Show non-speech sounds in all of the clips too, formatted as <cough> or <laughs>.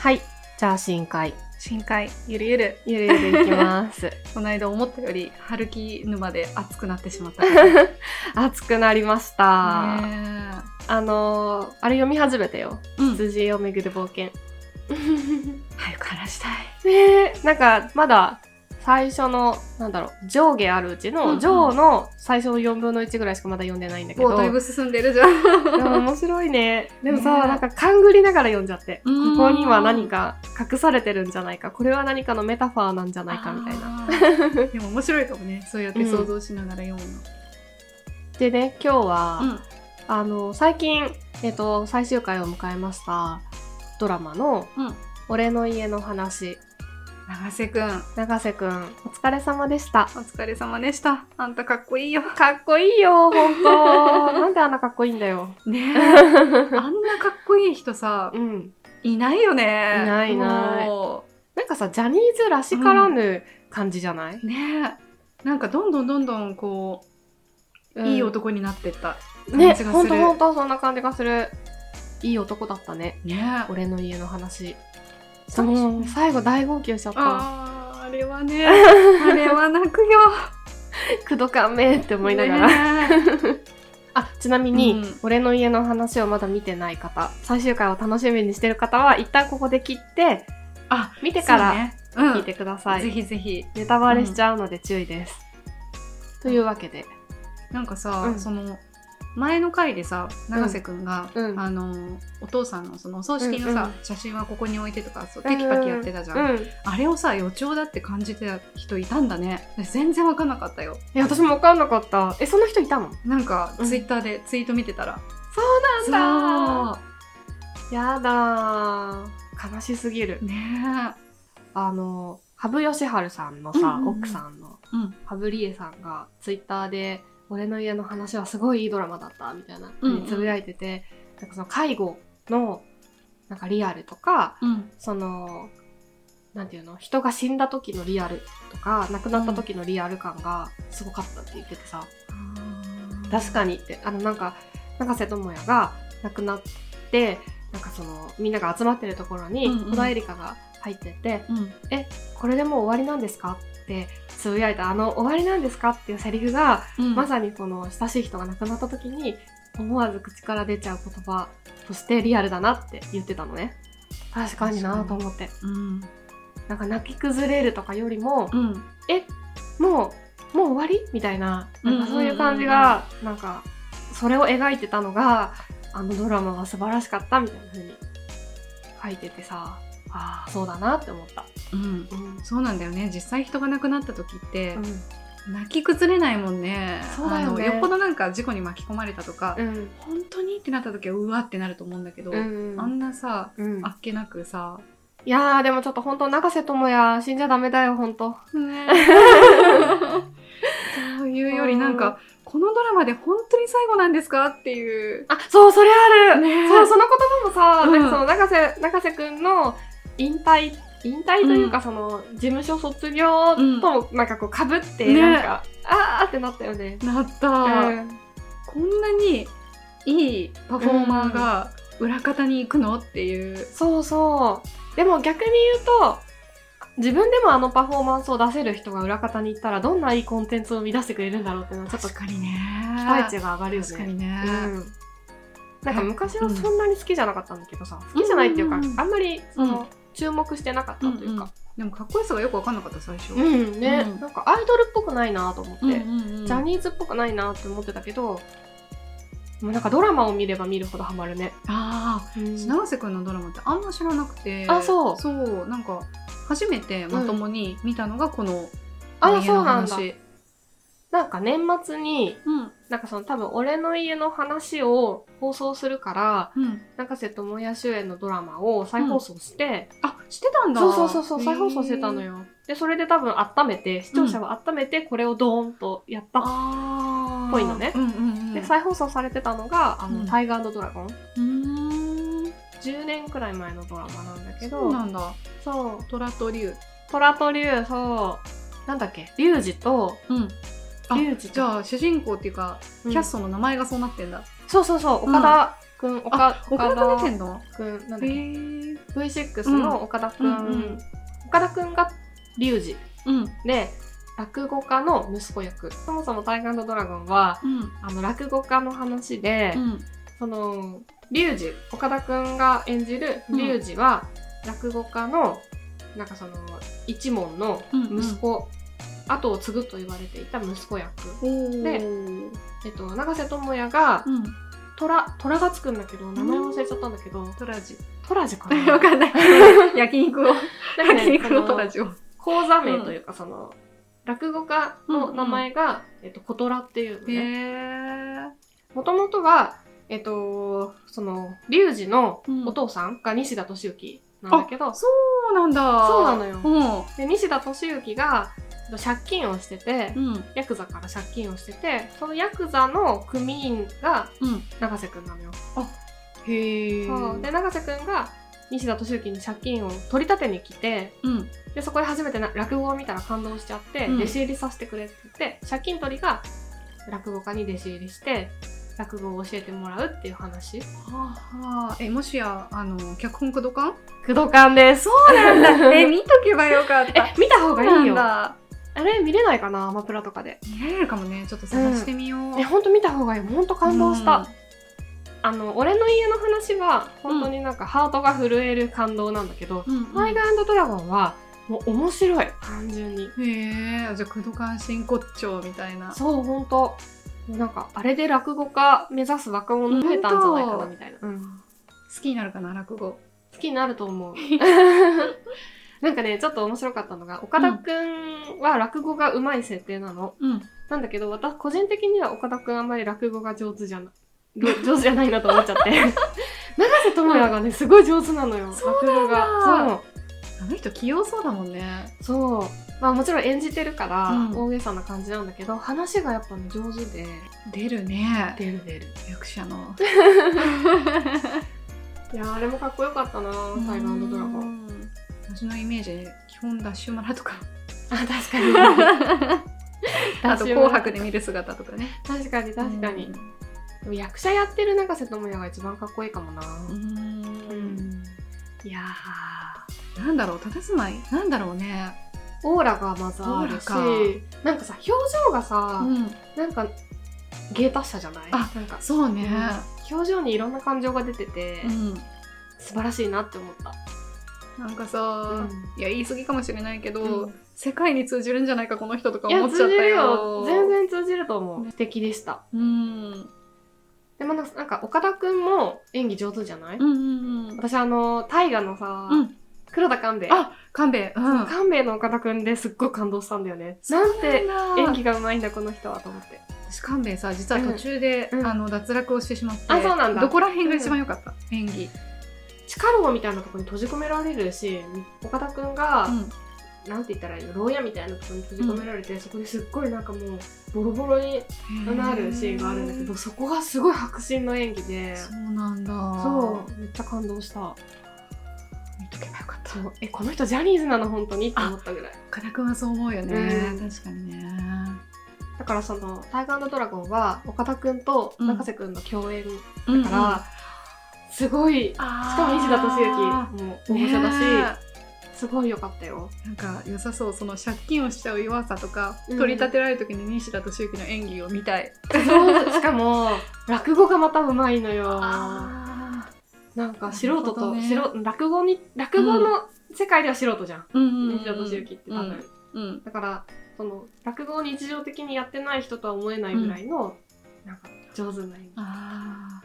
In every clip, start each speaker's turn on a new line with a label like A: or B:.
A: はい。じゃあ、深海。
B: 深海ゆるゆる
A: ゆるゆるいき
B: <laughs>
A: ます。
B: この間思ったより春樹沼で熱くなって
A: <laughs>
B: しまったからね
A: 暑くなりました。
B: ね
A: あのー、あれ読み始めたよ。
B: えうん
A: 羊をめぐる冒険。
B: 早く話したい
A: ねえなんか、まだ、最初の、なんだろう、上下あるうち
B: うんう
A: の、
B: ん
A: 上の最初の4分の1ぐらいしかまだ読んでないんだけ
B: も
A: ど。
B: うだいぶ進んでるじゃん
A: でも面白いね。でもさ、
B: ねえ
A: なんか勘ぐりながら読んじゃって。こ
B: うん
A: こには何か隠されてるんじゃないか。これは何かのメタファーなんじゃないかみたいな。
B: あー <laughs> でも面白いかもねそうやって想像しながら読むの
A: でね、今日は、
B: うん
A: あの、最近、えっと、最終回を迎えました、ドラマの、
B: うん
A: 俺の家の話、
B: 永瀬くん
A: 永瀬くん、お疲れ様でした。
B: お疲れ様でしたあんたかっこいいよ
A: かっこいいよ、ほんと。 <laughs> なんであんなかっこいいんだ
B: <laughs>
A: よ。
B: ねえあんなかっこいい人さ
A: うん。
B: いないよねい
A: ないいない
B: も
A: なんかさ、ジャニーズらしからぬ感じじゃない、
B: うねえなんかどんどんどんどんこう、
A: うん
B: いい男になってった感じ
A: ね
B: がす、る
A: ほんとほんと、そんな感じがする。いい男だったね。
B: ねえ
A: 俺の家の話。
B: そ
A: そうの最後大号泣しちゃった。
B: あーあれは
A: <laughs>
B: ねあれは泣くよ
A: くどかんめって思いながら。
B: ね
A: あちなみに、
B: うん
A: 俺の家の話をまだ見てない方最終回を楽しみにしてる方は一旦ここで切って
B: えあ
A: 見てから
B: そうねうん
A: 聞いてください、
B: ぜひぜひ
A: ネタバレしちゃうので注意です、というわけで
B: なんかさ、
A: うん
B: その前の回でさ永瀬くんが、
A: うん
B: あのお父さんのそのお葬式のさ、
A: うん
B: 写真はここに置いてとかそうテキパキやってたじゃん、
A: うんい
B: あれをさ予兆だって感じてた人いたんだね全然わかんなかったよ
A: や私も分かんなかったえその人いたの
B: なんか
A: うん
B: ツイッターでツイート見てたら、
A: そうなんだ
B: そ
A: やだー悲しすぎる
B: うねえ
A: あの羽生善治さんのさ、
B: うんうんうん
A: 奥さんの
B: うん
A: 羽生理恵さんがツイッターで「俺の家の話はすごいいいドラマだった」みたいな
B: うんうん
A: つぶやいてて、なんかその介護のなんかリアルとか
B: うん
A: そのなんていうの人が死んだ時のリアルとか亡くなった時のリアル感がすごかったって言っててさ、確かにってあのなんか永瀬智也が亡くなってなんかそのみんなが集まってるところに
B: うんうん
A: 小田絵梨香が入ってて、
B: に、うん、
A: これでもう終わりなんですかってつぶやいたあの終わりなんですかっていうセリフが
B: うん
A: まさにこの親しい人が亡くなった時に思わず口から出ちゃう言葉としてリアルだなって言ってたのね確かになと思って
B: うん
A: なんか泣き崩れるとかよりも、
B: うん
A: えもうもう終わりみたいななんかそういう感じが、なんかそれを描いてたのがあのドラマは素晴らしかったみたいな風に書いててさああそうだなって思った、
B: うん
A: うん
B: そうなんだよね実際人が亡くなった時って
A: うん
B: 泣き崩れないもんね,、
A: そうだよね
B: あのよっぽどなんか事故に巻き込まれたとか、
A: うん
B: 本当にってなった時はうわってなると思うんだけど、
A: うん
B: あんなさ
A: うん
B: あっけなくさ、
A: いやーでもちょっと本当永瀬智也死んじゃダメだよ本当
B: ね、
A: <laughs>
B: そういうよりなんかこのドラマで本当に最後なんですかっていう
A: あそうそれある、
B: ねえ
A: そうその言葉もさ、
B: うん
A: なんかその永瀬永瀬くんの引退引退というか、その事務所卒業ともなんかこうかぶって、
B: ねえ
A: なんかあーってなったよね。
B: なった、
A: うん
B: こんなにいいパフォーマーが裏方に行くのっていう、
A: そうそうでも逆に言うと自分でもあのパフォーマンスを出せる人が裏方に行ったらどんないいコンテンツを生み出してくれるんだろうっていうのはちょっと期
B: かにね
A: 待値が上がるよね。
B: 確かにね、
A: うんなんか昔はそんなに好きじゃなかったんだけどさ、好きじゃないっていうか、
B: うん
A: あんまりその、
B: うん
A: 注目してなかったというか、
B: でもかっこよさがよく分かんなかった最初、
A: うんね、
B: うん
A: なんかアイドルっぽくないなと思って、ジャ
B: ー
A: ニーズっぽくないなって思ってたけどもうなんかドラマを見れば見るほどハマるね、
B: あー永瀬君のドラマってあんま知らなくて
A: あそう
B: そうなんか初めてまともに見たのがこの「
A: あ
B: お家
A: そ
B: の
A: うなんだ
B: 話
A: なんか年末に
B: うん
A: なんかその多分俺の家の話を放送するから
B: うん
A: 中瀬智也主演のドラマを再放送して、
B: あしてたんだ
A: そうそうそうそう
B: へー
A: 再放送してたのよでそれで多分温めて視聴者を温めてこれをドーンとやった
B: あー
A: っぽいのね
B: うんうんうん
A: で再放送されてたのが「あの
B: うん
A: タイガードラゴン
B: うーん」
A: 10年くらい前のドラマなんだけ
B: そ
A: ど
B: うなんだ
A: そう
B: 虎と竜
A: 虎と竜そうなんだっけ竜二と
B: うんあ
A: リュウジと
B: じゃあ主人公っていうか、
A: うん
B: キャストの名前がそうなってんだ
A: そうそうそう
B: うん
A: 岡田くん岡
B: 岡田出てんの
A: 田くんなんだ
B: へ
A: っけ、
B: え
A: V6 の岡田くん、
B: うんうん
A: 岡田くんが龍二
B: うん
A: で落語家の息子役そもそも「タイガードラゴンは」
B: うん
A: あの落語家の話で、
B: うん
A: その龍二岡田くんが演じる
B: うん
A: 龍二は落語家のなんかその一門の息子、後を継ぐと言われていた息子役、
B: で
A: えっと、永瀬智也が
B: うん
A: 虎虎がつくんだけど名前忘れちゃったんだけど
B: トラジ
A: 虎じかな
B: <laughs> わかんない焼肉を
A: なんかね
B: 焼肉の
A: そ
B: トラジを
A: 講座名というか、その落語家の名前が、えっと、小虎っていうのね
B: え
A: もともとはえっとその龍二のお父さんが西田敏行なんだけど、
B: そうなんだ
A: そうなのよ
B: よ
A: で西田敏行がえっと借金をしてて、
B: うんうん
A: ヤクザから借金をしててそのヤクザの組員が
B: うん
A: 永瀬くんなのよ、
B: へえ
A: そうで永瀬くんが西田敏行に借金を取り立てに来て
B: うん
A: でそこで初めてな落語を見たら感動しちゃって、
B: うん
A: 弟子入りさせてくれって言って借金取りが落語家に弟子入りして落語を教えてもらうっていう話
B: はあはあえもしやあの脚本どかん
A: 工藤館です
B: そう <laughs> なんだえ見とけばよかっ
A: え
B: た
A: 見た方がいい
B: そう
A: よあ
B: なんだ
A: れ見れないかなアマプラとかで
B: 見られるかもねちょっと探してみよう、
A: えほんと見た方がいいほんと感動した、あの俺の家の話は本当になんかハートが震える感動なんだけど
B: うん、うん
A: 「タイガードラゴン」はもう面白い単純に
B: へえじゃあ工藤館真骨頂みたいな
A: そうほんとなんかあれで落語家目指す若者増えたんじゃないかなみたいな、うん
B: 好きになるかな落語
A: 好きになると思うなんかねちょっと面白かったのが岡田くんは落語が上手い設定なの、
B: うん
A: なんだけど私個人的には岡田くんあんまり落語が上手じゃなろ上手じゃないなと思っちゃって
B: <laughs>
A: 永瀬智也がねすごい上手なのよ
B: そう
A: 落
B: な
A: 語
B: んだ
A: が
B: あの人器用そうだもんね
A: そうそうまあもちろん演じてるから
B: うん
A: 大げさな感じなんだけど、話がやっぱね上手で
B: 出るね
A: 出る出る
B: 役者の
A: いやーあれもかっこよかったな「タイガードラゴン」
B: ン私のイメージ基本ダッシュマラとか
A: あ確かに <laughs>
B: あと紅白で見る姿とかね
A: 確かに確かに、でも役者やってる永瀬智也が一番かっこいいかもな。う
B: うん
A: んいや
B: なんだろう佇まいなんだろうね
A: ーオーラがまずあるし
B: オー
A: なんかさ表情がさ、
B: うん
A: なんか芸達者じゃない
B: あ
A: なんか
B: そうね
A: 表情にいろんな感情が出てて、
B: うん
A: 素晴らしいなって思った。
B: なんかさ
A: う
B: いや言い過ぎかもしれないけ
A: う
B: ど
A: ん
B: 世界に通じるんじゃないかこの人とか
A: いや
B: 思っちゃ
A: 通
B: った
A: じる
B: よ
A: よ全然通じると思う、素敵でした
B: うんうん
A: でもなんかなんか岡田くんも演技上手じゃない、
B: うんうん
A: 私あの大河のさ、
B: うん
A: 黒田官兵衛
B: あ勘弁うん
A: 官兵衛の岡田くんですっごい感動したんだよねなんて演技がうまいんだこの人はと思って
B: 私勘弁さ実は途中で、
A: うんうん
B: あの脱落をしてしまって
A: あそうなんだ
B: どこら辺が一番良かった、演技、
A: 地下牢みたいなとこに閉じ込められるし岡田くんが、
B: うん
A: なんて言ったらいいの牢屋みたいなとこに閉じ込められて、そこですっごいなんかもうボロボロになるシーンがあるんだけどそこがすごい迫真の演技で
B: そうなんだ
A: そうめっちゃ感動した
B: 見とけばよかった
A: そうえこの人ジャニーズなの本当にって思ったぐらい
B: 岡田君はそう思うよね、
A: う
B: 確かにね
A: だからその「タイガードラゴン」は岡田くんと
B: うん
A: 中瀬くんの共演だ
B: だから、し
A: から、すごいしかも西田敏行も大御所だし、すごい良かったよ
B: なんか良さそうその借金をしちゃう弱さとか、
A: うん
B: 取り立てられる時に西田敏行の演技を見たい
A: そうしかも落語がまたうまいのよ
B: あ
A: なんか素人
B: なるほど
A: と、
B: ね
A: 素人落語に落語の世界では素人じゃん、
B: うんうんうん
A: 西田敏行って多分、
B: うん
A: だからその落語を日常的にやってない人とは思えないぐらいの、なんか上手な演
B: ああ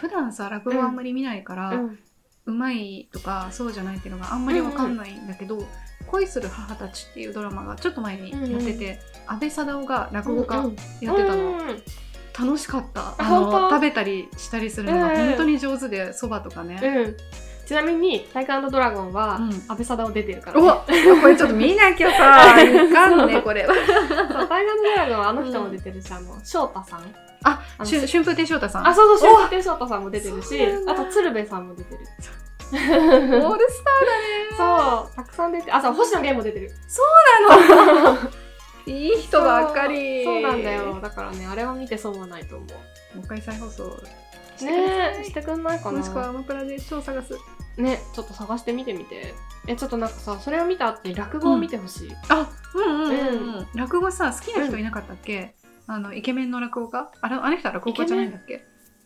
B: 普段さ落語あんまり見ないから、
A: 技、うん
B: うまいとかそうじゃないっていうのがあんまりわかんないんだけど、恋する母たちっていうドラマがちょっと前にやってて、阿部サダヲが落語家
A: う
B: や
A: ん
B: ってたの、
A: うんうん
B: 楽しかった
A: あ
B: あ
A: 本
B: の
A: 当
B: 食べたりしたりするのが
A: うん
B: 本当に上手でそば、とかね、
A: うんちなみに「タイガードラゴン」は、
B: うん
A: 安倍サダヲ出てるか
B: う
A: ら、ね、
B: わこれちょっと見なきゃさいか
A: <laughs>
B: んねこれは
A: そうタイガードラゴンはあの人も出てるし、あの翔太さん
B: あ
A: あの
B: しゅ春風亭昇太さん
A: あそうそう春風亭翔太さんも出てるし
B: そうな
A: あ
B: んだ
A: と鶴瓶さんも出て <laughs> る
B: オールス
A: そうたくさん出てあそう星野源も出てる
B: ターいい人ばっかり
A: そうそうなんだよ
B: も
A: だからねあれを見て損はないと思う
B: う一回再放送してください、
A: ねしてくんないかな
B: もしくはアマプラで超探す
A: ねちょっと探してみてみてえちょっとなんかさそれを見たって落語を見てほしい、
B: あうんうんうん、
A: う
B: うん、落語さ好きな人いなかったっけ、あのイケメンの落語家あれあの人は落語家じゃないんだっけ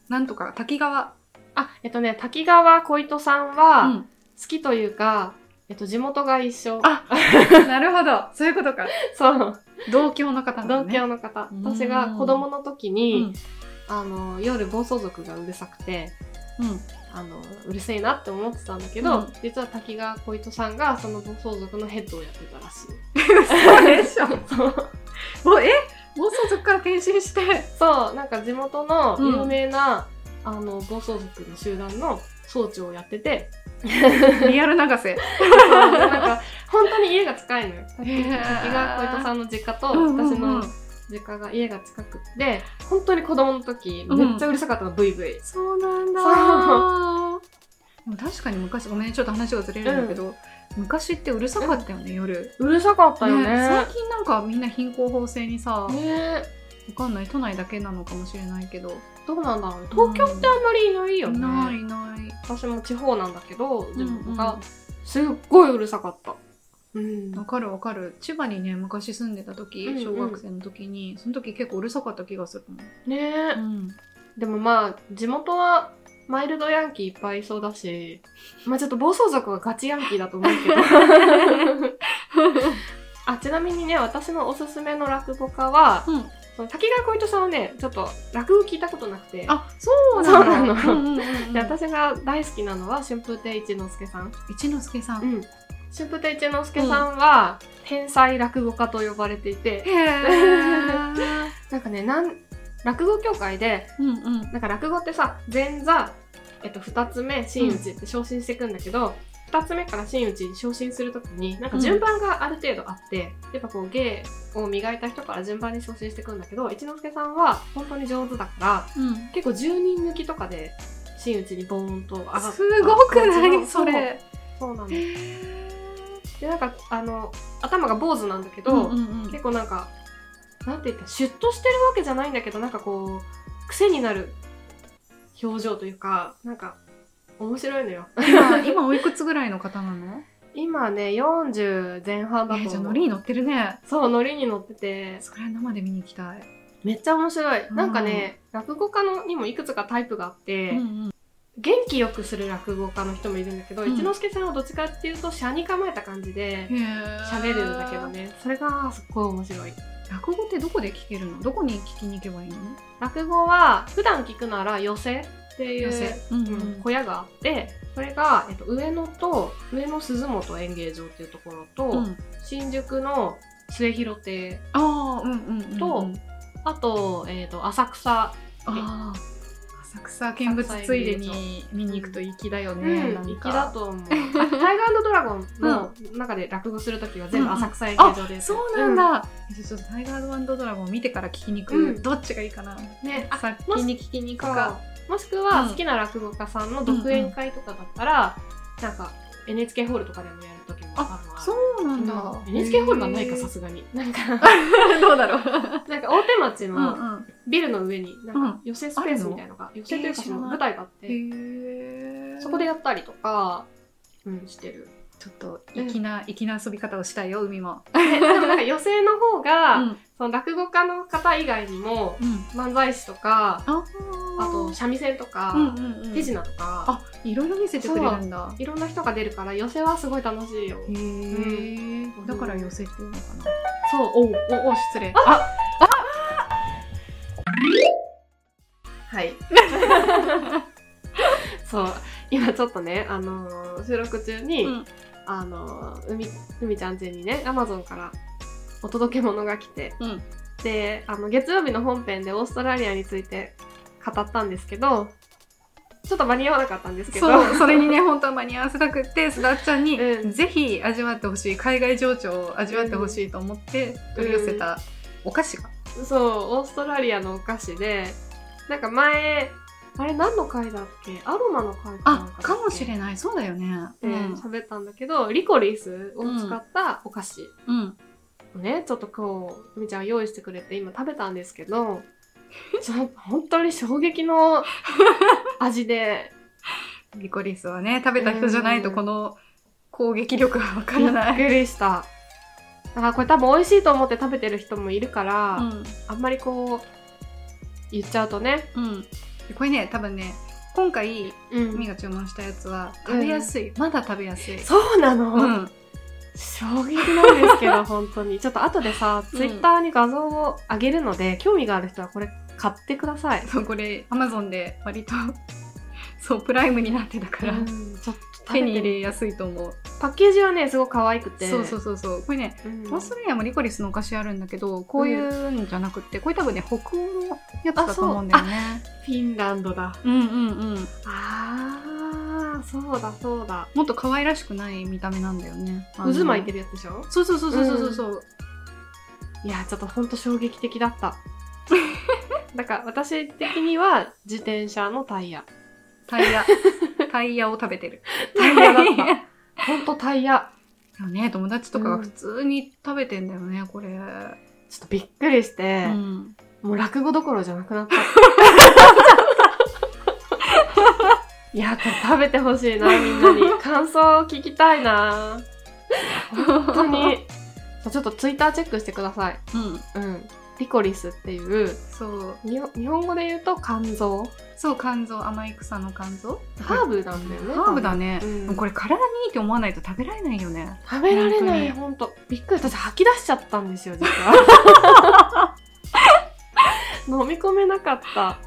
B: なんとか滝川
A: あえっとね滝川小糸さんは、
B: うん
A: 好きというか、えっと、地元が一緒
B: あなるほどそういうことか
A: そう
B: 同郷の方なの
A: 同
B: ね
A: 郷の方、
B: うん
A: 私が子供の時に、
B: うん
A: あの夜暴走族がうるさくて
B: うん
A: あのうるせえなって思ってたんだけど、
B: うん
A: 実は滝川小糸さんがその暴走族のヘッドをやってたらしい
B: そうでしょ
A: <laughs> そう
B: もうえ暴走族から転身
A: <laughs>
B: して
A: そうなんか地元の
B: うん
A: 有名な、あの暴走族の集団の総長をやって <laughs> て
B: リアル永瀬
A: そうなんか本当に家が近いのよ滝
B: へー
A: 川小糸さんの実家と
B: うんうんうん
A: 私の実家が家が近くって本当に子供の時めっちゃうるさかったの、ブイブイ
B: そうなんだ
A: そ
B: でも確かに昔ごめんねちょっと話がずれるんだけど、昔ってうるさかったよね夜
A: うるさかったよね
B: ね最近なんかみんな貧困法制にさ、
A: ね
B: わかんない都内だけなのかもしれないけど
A: どうなんだろう東京ってあんまりいないよね、
B: ないいない
A: 私も地方なんだけど自分
B: う
A: が
B: ん
A: すっごいうるさかったうん
B: わかるわかる千葉にね昔住んでた時
A: うんうん
B: 小学生の時に、その時結構うるさかった気がするもん、
A: ねえ
B: うん、
A: でもまあ地元はマイルドヤンキーいっぱいいそうだしまあちょっと暴走族はガチヤンキーだと思うけどあちなみにね私のおすすめの落語家は
B: うん、
A: その滝川小糸さんはねちょっと落語聞いたことなくて
B: あそうなんだ
A: そうなの
B: うんうんうんうん
A: で私が大好きなのは春風亭一之輔さん、
B: 一之輔さん、
A: ん、春風亭一之輔さんは、天才落語家と呼ばれていて
B: へー
A: なんかねなん落語協会で
B: <laughs> うんうん
A: なんか落語ってさ前座、えっと、2つ目真打ちって昇進していくんだけど、2つ目から真打ちに昇進するときになんか順番がある程度あって、やっぱこう芸を磨いた人から順番に昇進していくんだけど一之輔さんは本当に上手だから
B: うん
A: 結構10人抜きとかで真打ちにボーンと上がった
B: すごくな
A: 感
B: い
A: じ
B: それ
A: そうなのでなんかあの頭が坊主なんだけど、
B: うんうんうん
A: 結構なんかなんて言ったらシュッとしてるわけじゃないんだけどなんかこう癖になる表情というかなんか面白いのよ
B: 今今おいくつ <laughs> ぐらいの方なの
A: 今ね40前半だ
B: え
A: と
B: じゃあ
A: 思
B: ノ
A: う、
B: リに乗ってるね
A: そうノリに乗ってて
B: それは生で見に行きたい、
A: めっちゃ面白い、
B: うん
A: なんかね落語家のにもいくつかタイプがあって、
B: うんうん、
A: 元気よくする落語家の人もいるんだけど、
B: うん
A: 一之輔さんはどっちかっていうと車に構えた感じで
B: へー
A: 喋るんだけどねそれがすっごい面白い
B: 落語ってどこで聞けるのどこに聞きに行けばいいの
A: 落語は普段聞くなら寄席っていう
B: 寄席うんうん
A: うん小屋があってそれが、えっと、上野と上野鈴本演芸場っていうところと、
B: うん
A: 新宿の末広亭
B: ああうんうんうんうん
A: とあと,、えっと浅草、
B: あー浅草見物ついでに見に行くと粋だよ
A: う
B: ね、
A: ん
B: な
A: 行
B: ん
A: き
B: か
A: だと思うあタイガードラゴンの中で落語するときは全部浅草演芸場で、
B: そうなんだ、えちょっとタイガードドラゴン見てから聞きに行く、
A: うん
B: どっちがいいかな
A: うんねあ
B: 先に聞きに行くか
A: もしくは
B: うん
A: 好きな落語家さんの独演会とかだったら、なんか NHK ホールとかでもやるときもあるわ
B: そうなんだ、
A: うん NHK ホールはないかさ
B: す
A: すがになんかなん
B: がどうだろ <laughs> う
A: か大手町
B: う
A: の、
B: んうん
A: ビルの上になんか寄せスペースみたいなのが、寄せというか
B: え
A: その
B: ー知らない
A: 舞台があって、
B: へえ
A: そこでやったりとか、うん、して
B: <laughs>
A: る。
B: ちょっと粋な粋な遊び方をしたいよ海も
A: ででもなんか寄せの方が、
B: うん
A: その落語家の方以外にも
B: うん
A: 漫才師とか
B: あ
A: あと三味線とか、
B: うんうんうん
A: 手品とか
B: あいろいろ見せてくれるんだ
A: いろんな人が出るから寄せはすごい楽しいよ。
B: へえ
A: ん
B: だから寄せっていうのかな
A: そう
B: おうおうおう失礼あ <laughs>
A: はい。そう今ちょっとね、あのー収録中に、
B: うん
A: あのー海海ちゃん家にねアマゾンからお届け物が来て、
B: うん
A: であの月曜日の本編でオーストラリアについて語ったんですけどちょっと間に合わなかったんですけど
B: そうそれにね本当は間に合わせたくってすだっちゃんに、
A: うん
B: ぜひ味わってほしい海外情緒を味わってほしいと思って取り寄せたお菓子が、
A: <laughs> そうオーストラリアのお菓子でなんか前あれ何の回だっけアロマの回かなん
B: あ
A: だっけ
B: かもしれないそうだよね、
A: で
B: うん
A: 喋ったんだけど、リコリスを使ったお菓子、
B: うん
A: ね、ちょっと今日、みーちゃんが用意してくれて今食べたんですけど、 <laughs> ちょっと本当に衝撃
B: <laughs>
A: の味で
B: リコリスはね食べた人じゃないとこの攻撃力はわか
A: び
B: ら
A: っ
B: ない、
A: くりしただからこれ多分美味しいと思って食べてる人もいるから、
B: うん
A: あんまりこう言っちゃうとね、
B: うん、これね多分ね今回
A: う
B: みーが注文したやつは食べやすい、まだ食べやすい
A: そうなの、
B: うん
A: 衝撃なんですけど本当にちょっと後でさツイッターに画像を上げるので、興味がある人はこれ買ってください、
B: そうこれアマゾンで割と <laughs> そうプライムになってたから、
A: うんちょっと
B: 手に入れやすいと思う
A: パッケージはねすごく可愛くて
B: そうそうそうそうこれね
A: うん
B: オーストラリアもリコリスのお菓子あるんだけどこういうんじゃなくってこれ多分ね北欧のやつだと思うんだよね
A: フィンランドだ
B: うんうんうん
A: あーそうだそうだ
B: もっと可愛らしくない見た目なんだよね
A: 渦巻いてる
B: る
A: やつでしょ
B: そうそうそうそうそうそう、
A: いやちょっとほんと衝撃的だった <laughs> だから私的には自転車のタイヤ
B: タ
A: <laughs>
B: イヤタイヤを食べてる
A: タイヤだった <laughs> ほんとタイヤ
B: だよね友達とかが普通に食べてんだよねこれ、
A: ちょっとびっくりして、
B: うん
A: もう落語どころじゃなくな <laughs> った。いや、これ食べてほしいな、みんなに。感想を聞きたいな。本当に。 <laughs> ちょっとツイッターチェックしてください。
B: うん
A: うん。リコリスっていう、
B: そう
A: にほ日本語で言うと肝臓。
B: そう肝臓甘い草の肝臓
A: ハーブなんだよね。
B: ハーブだね、
A: うん
B: これ体にいいって思わないと食べられないよね
A: 多分。食べられない、ほんと。びっくり。私吐き出しちゃったんですよ、実は。
B: <laughs>
A: 飲み込めなかった。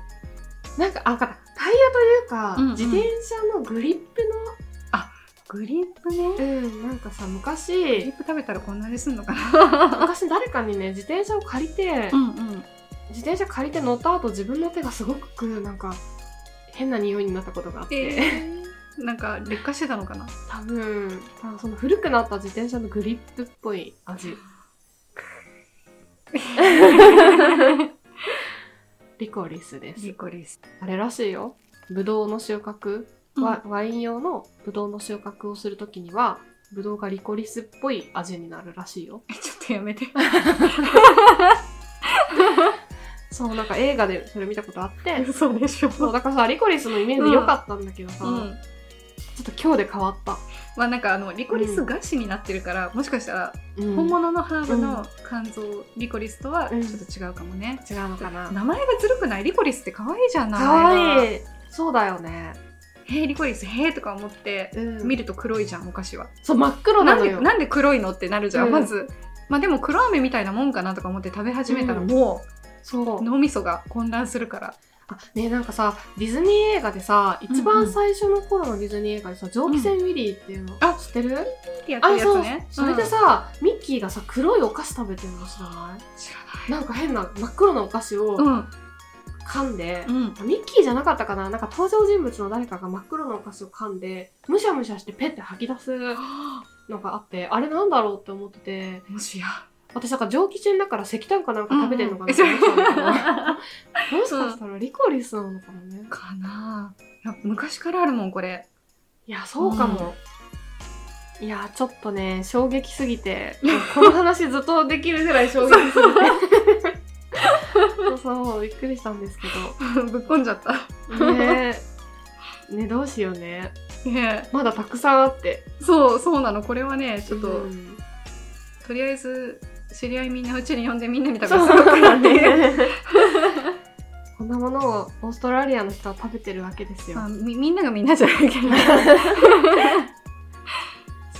A: なんか、あ、わかったタイヤというか、
B: うんうん
A: 自転車のグリップの
B: グリップね
A: うん、なんかさ
B: グリ
A: 昔
B: ップ食べたらこんなにすんのかな
A: 昔誰かにね自転車を借りて、
B: んうん
A: 自転車借りて乗った後自分の手がすごくなんか変な匂いになったことがあって、
B: えー、なんか劣化してたのかな
A: 多分多分その古くなった自転車のグリップっぽい味リコリスです
B: リコリス
A: あれらしいよブドウの収穫、ワワイン用のブドウの収穫をするときにはブドウがリコリスっぽい味になるらしいよ
B: えちょっとやめて
A: そうなんか映画でそれ見たことあって
B: 嘘でしょ
A: そうだからさリコリスのイメージ良かったんだけどさ、
B: うん
A: ちょっと今日で変わった、
B: まあなんかあのリコリス菓子になってるから、もしかしたら
A: 本
B: 本
A: 物
B: 物のハーブの肝臓、リコリスとはちょ
A: うん
B: っと違うかもね、
A: 違うのかな
B: 名前がずるくないリコリスって可愛いじゃん名
A: 可
B: 前が
A: 愛いそうだよね、
B: へえリコリスへえとか思って
A: うん
B: 見ると黒いじゃんお菓子は
A: そう真っ黒な
B: なん
A: の
B: で
A: よ
B: なんで黒いのってなるじゃん、
A: うん
B: まずまあでも黒飴みたいなもんかなとか思って食べ始めたらも
A: そう
B: う脳みそが混乱するから、
A: あねなんかさディズニー映画でさ一番最初の頃のディズニー映画でさ蒸気船ウィリーっていうの、
B: あ
A: 知ってる
B: ってやって
A: あ
B: るや
A: そ
B: つ
A: う
B: ね
A: それでさ、ミッキーがさ黒いお菓子食べてるの知らない
B: うん知ら
A: なんか変な真っ黒なお菓子を
B: ない
A: 噛んで、
B: うんうん
A: ミッキーじゃなかったかななんか登場人物の誰かが真っ黒のお菓子を噛んで、むしゃむしゃしてペッて吐き出すのがあって、あれなんだろうって思ってて、
B: もしや
A: 私なんか蒸気中だから石炭かなんか食べてんのかなって
B: うん <laughs> う
A: 思
B: ん
A: ってたんだけど、もしかしたらリコリスなのかもね。
B: かなあいや昔からあるもんこれ
A: いや、そうかも。いや、ちょっとね、衝撃すぎて、もうこの話ずっとできるぐらい衝撃すぎて。そうそう、びっくりしたんですけ
B: ぶっこんじゃった
A: ど。ねえ。ね、どうしようね。
B: ね
A: まだたくさんあって。
B: えそうそうなのこれはねちょっと、
A: うん
B: とりあえず知り合いみんなうちに呼んでみんなに食べ
A: そ
B: さ
A: う
B: せようかな
A: な
B: っ
A: ん
B: ていう
A: で <laughs> こんなものをオーストラリアの人は食べてるわけですよ。
B: まあみみんながみんなじゃないけ <laughs> ど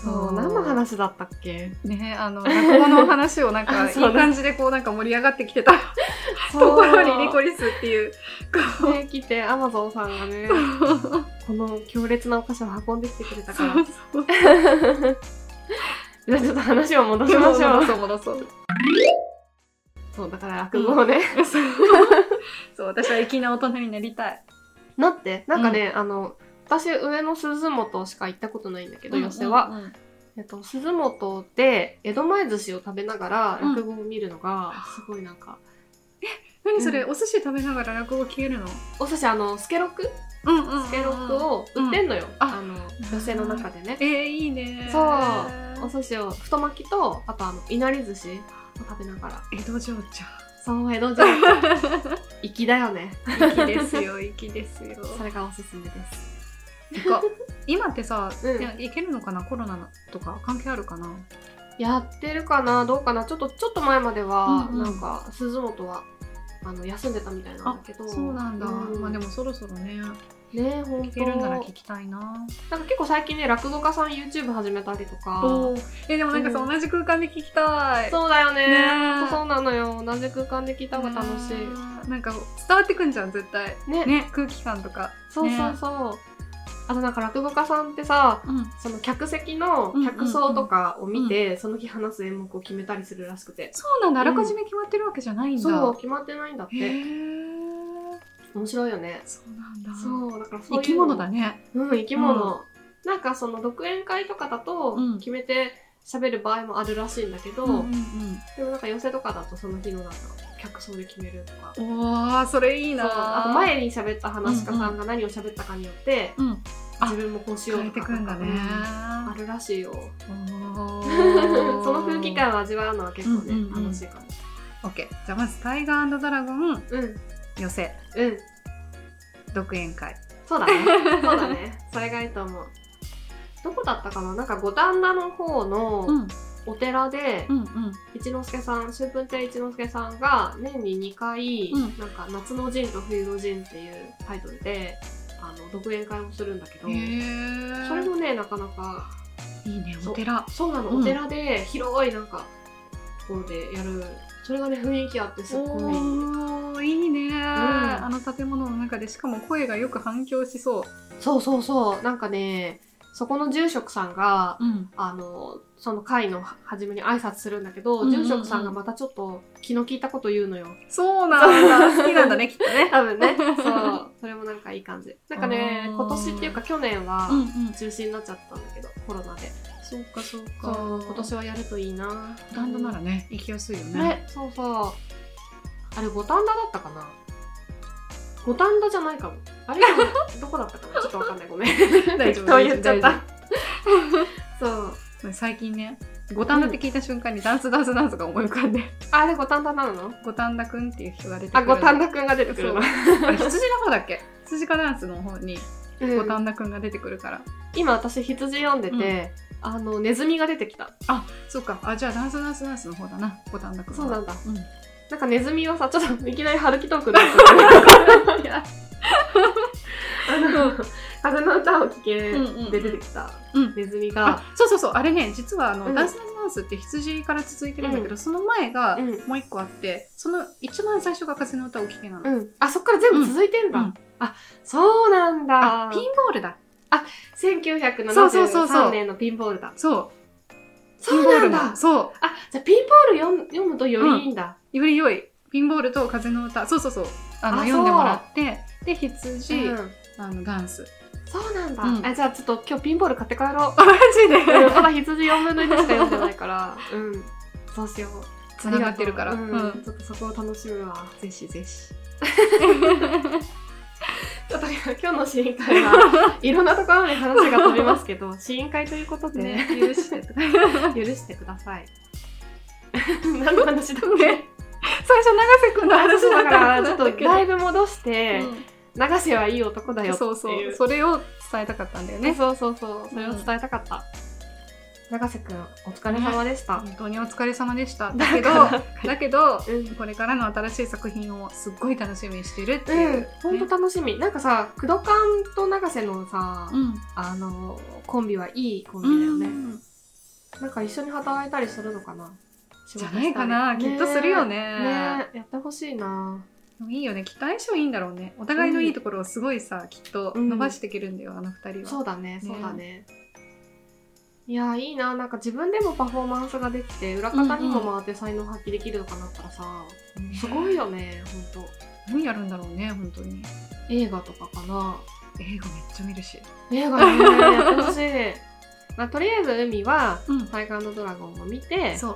A: そう、何の話だったっけ
B: ねあの落語の話をなん <laughs> か
A: あ
B: いい
A: そうだ
B: 感じでこうなんか盛り上がってきてたところにリコリスっていう
A: リね、来て、アマゾンさんがね、この強烈なお菓子を運んできてくれたから。
B: そう
A: じゃあちょっと話を戻しま
B: 戻
A: し <laughs> ょう。
B: そう戻そう
A: そう、だから落語をね。
B: そう私は粋な大人になりたい
A: なって、なんかね、あの、私、上野鈴本しか行ったことないんだけど、寄席は。
B: うんうんうん
A: えっと、鈴本で江戸前寿司を食べながら
B: うん
A: 落語を見るのが、すごいなんか、
B: 何それ、
A: う
B: お寿司食べながら落語消えるの
A: お寿司、あの、スケロク
B: うんうんうんうん
A: スケロックを売ってんのよ、
B: うん
A: あの女性の中でね
B: えー、いいね
A: そう
B: <laughs>
A: お寿司を太巻きとあとあのいなり寿司を食べながら
B: 江戸情緒
A: そう江戸時代粋だよね
B: 粋ですよ粋です <laughs> よ
A: それがおすすめです
B: 行こう今ってさ、
A: うん
B: いや行けるのかなコロナとか関係あるかな
A: やってるかなどうかなちょっとちょっと前までは、
B: うんうん
A: なんか鈴本はあの休んでたみたいなんだけど
B: そうなんだ、
A: う
B: まあでもそろそろね
A: ね本
B: 聞
A: 当
B: けるんなら聞きたいな
A: なんか結構最近ね落語家さん YouTube 始めたりとか
B: おーえでもなんかさ、
A: うん
B: 同じ空間で聞きたい
A: そうだよね
B: ねえ
A: ほんとそうなのよ同じ空間で聞いた方が楽しい
B: いなんか伝わってくんじゃん絶対
A: ね
B: ね空気感とか
A: そうそうそう、あとなんか落語家さんってさ
B: うん
A: その客席の客層とかを見て、その日話す演目を決めたりするらしくて、
B: そうなんだあらかじめ決まってるわけじゃないんだ、
A: そう決まってないんだっ
B: へ
A: て
B: ー
A: 面白いよね
B: そうなんだ
A: そうだからそういう
B: 生き物だね
A: うん生き物、なんかその独演会とかだと
B: うん
A: 決めて喋る場合もあるらしいんだけど、
B: うんうん
A: でもなんか寄せとかだとその日のなんか客層で決めるとか
B: うんおーそれいい
A: そう
B: な
A: あと前に喋った話家さんが何を喋ったかによって、
B: うんあ
A: 自分もこうしよう
B: 変え
A: と
B: て
A: か
B: くんだね
A: うんあるらしいよ
B: お <laughs> ー
A: その空気感を味わうのは結構ね、
B: うんうんうん
A: 楽しいかも
B: OK じゃあまず「タイガードラゴン
A: うんうん」
B: 寄せ独演会
A: そうだ
B: <laughs>
A: ねそうだねそれがいいと思うどこだったかななんか五反田の方の
B: ん
A: お寺で、
B: うんうん
A: 一之輔さん春分亭一之輔さんが年に2回、
B: うん
A: なんか夏の陣と冬の陣っていうタイトルであの独演会をするんだけど、
B: へえ
A: それもねなかなか
B: いいねお寺
A: そうなの、
B: うん
A: お寺で広いなんかところでやるそれがね雰囲気あってすっごい
B: おーいいね、あの建物の中でしかも声がよく反響しそう、
A: そうそうそうなんかねそこの住職さんが
B: うん、
A: あのその会の初めに挨拶するんだけど、
B: うんうんうん
A: 住職さんがまたちょっと気の利いたこと言うのよ
B: <laughs> そうなんだ好きなんだねきっとね
A: <laughs> 多分ね
B: <laughs>
A: そうそれもなんかいい感じなんかね
B: あー
A: 今年っていうか去年は
B: うんうん
A: 中止になっちゃったんだけど、コロナで
B: そうかそうか
A: そう今年はやるといいな
B: 五反田ならね行きやすいよね
A: ね、そうそう。あれ、五反田だったかな五反田じゃないかも。あれど <laughs> こだったかなちょっとわかんない。ごめん。
B: 大
A: 適
B: 丈夫
A: 当言っちゃっ
B: 大
A: た
B: 丈。
A: <laughs> そう。
B: 夫最近ね五反田って聞いた瞬間にダンスダンスダンスが思い浮かんで
A: ああれ、五反田なの
B: 五反田くんっていう人が出てく
A: あ、
B: るの
A: 五反田くんが出てくるの。
B: あれ羊の方だっけ羊かダンスの方に
A: うん
B: 五反田くんが出てくるから、
A: 今、私、羊読んでて、あの、ネズミが出てきた。
B: あそうかあじゃあダンスダンスダンスの方だな五反田くんは
A: そうなんだ。
B: うん
A: なんかネズミはさ、ちょっといきなり春樹トークになっちゃった
B: <laughs> いや
A: あの、風の歌を聴け
B: うんうん
A: で出てきた
B: うん
A: ネズミ
B: あ
A: が、
B: そうそうそうあれね実はあの、
A: うん
B: ダンスダンスダンスって羊から続いてるんだけど、その前が
A: うん
B: もう一個あってその一番最初が風の歌を聴けなの、
A: うん。あ、そっから全部続いてんだ。
B: うん
A: あ、そうなんだ
B: あ。ピンボールだそうそうそうそ
A: 1973
B: う
A: 年のピンボールだ。
B: そう
A: そう
B: ピンボー
A: な
B: ル
A: んだ
B: も。そう
A: あ、じゃあピンボール読む読むとよりいいんだ。
B: より良いピンボールと風の歌そうそうそうあの
A: あ
B: 読んでもらってで羊、
A: うん
B: あのダンス
A: そうなんだ、
B: うん
A: あ。じゃあちょっと今日ピンボール買って帰ろう。
B: あマジで
A: うんまだ羊4分の1しか読んでない <laughs> から。うん。そうしよう。
B: つながってるから
A: ありがとううん
B: うん
A: ちょっとそこを楽しむわ。ぜひぜひ。 <laughs> ちょっと今日の試飲会はいろんなところに話が飛びますけ <laughs> ど、試飲会ということで、
B: ね許してとか最
A: 許してください。 <laughs> 何の話だっけ
B: ね初永瀬くんの話だ
A: だ
B: か
A: から <laughs>
B: ら
A: ちょっとだいぶ戻して、永瀬はいい男だよってい
B: そう
A: う
B: そうそれを伝えたかったんだよ
A: ね
B: ね
A: そうそうそうそれを伝えたかった、永瀬くんお疲れ様でした、
B: 本当にお疲れ様でしただけどだけどこれからの新しい作品をすっごい楽しみにしてるっていう、ね
A: うん、本当楽しみ、なんかさ工藤館と永瀬のさ、
B: うん
A: あのコンビはいいコン
B: う
A: ビだよね、
B: ん
A: なんか一緒に働いたりするのかな
B: じゃないかな、
A: 仕
B: きっ
A: 事したり
B: とするよね
A: ねえやってほしいな
B: でもいいよねきっと相性いいんだろうねお互いのいいところをすごいさきっと伸ばしていけるんだよ、あの二人は
A: そうだねそうだねいやーいいななんか自分でもパフォーマンスができて裏方にも回って才能発揮できるとかなったらさ、すごいよねほんと
B: 何やるんだろうね本当に
A: 映画とかかな
B: 映画めっちゃ見るし
A: 映画ねやってほしい、
B: <laughs>
A: まあ、とりあえず海は
B: うん
A: 「タイガードラゴン」を見て
B: そう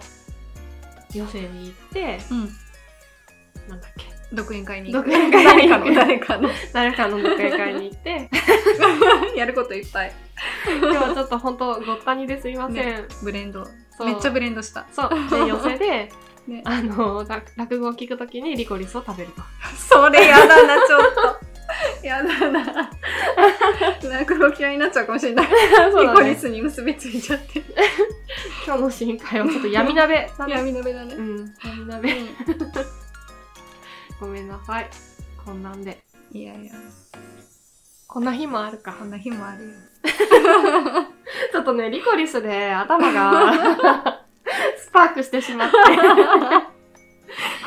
A: 寄席に行って
B: うん
A: なんだっけ
B: 独演会に
A: 独演会に行く
B: 誰かの誰
A: 誰かの独演会に行って <laughs>
B: かの <laughs> やることいっぱい
A: 今日はちょっと本当ごったにですいません、
B: ブレンド
A: そう <laughs>
B: めっちゃブレンドした
A: そうで寄席で
B: ね
A: あのら落語を聞くときにリコリスを食べると
B: それやだ <laughs> なちょっとやだな落語嫌いになっちゃうかもしれない、
A: そう
B: リ
A: だ
B: コ
A: ね
B: リスに結びついちゃって
A: 今日の深海はちょっと <laughs> 闇鍋だね
B: 闇鍋だね
A: うん闇鍋ごめんなさいこんなんで
B: いやいや
A: こんな日もあるか
B: こんな日もあるよ
A: ちょっとねリコリスで頭 <laughs> がスパークしてし <laughs> まって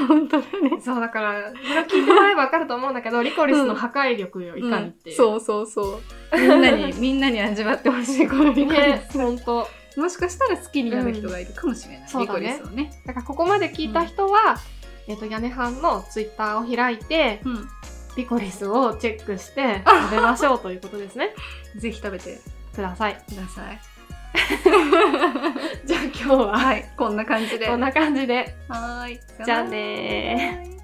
B: 本当だね
A: そうだからこれを聞いてもらえばわかると思うんだけどリコリスの破壊力よいかにっていう、
B: そうそうそうみんな <laughs> にみんなに味わってほしいこのリコリ
A: ね
B: ス、
A: 本当
B: もしかしたら好きになる人がいるかもしれない、
A: そう
B: リ
A: だ
B: コ
A: ね
B: リスをね
A: だからここまで聞いた人は、えっと屋根班のツイッターを開いて
B: う
A: リコリスをチェックして食べましょうということですね
B: んぜひ食べて
A: ください
B: くだ <laughs> さい
A: じゃあ今日は
B: はいこんな感じで
A: こんな感じで
B: はーい
A: じゃあねー
B: ー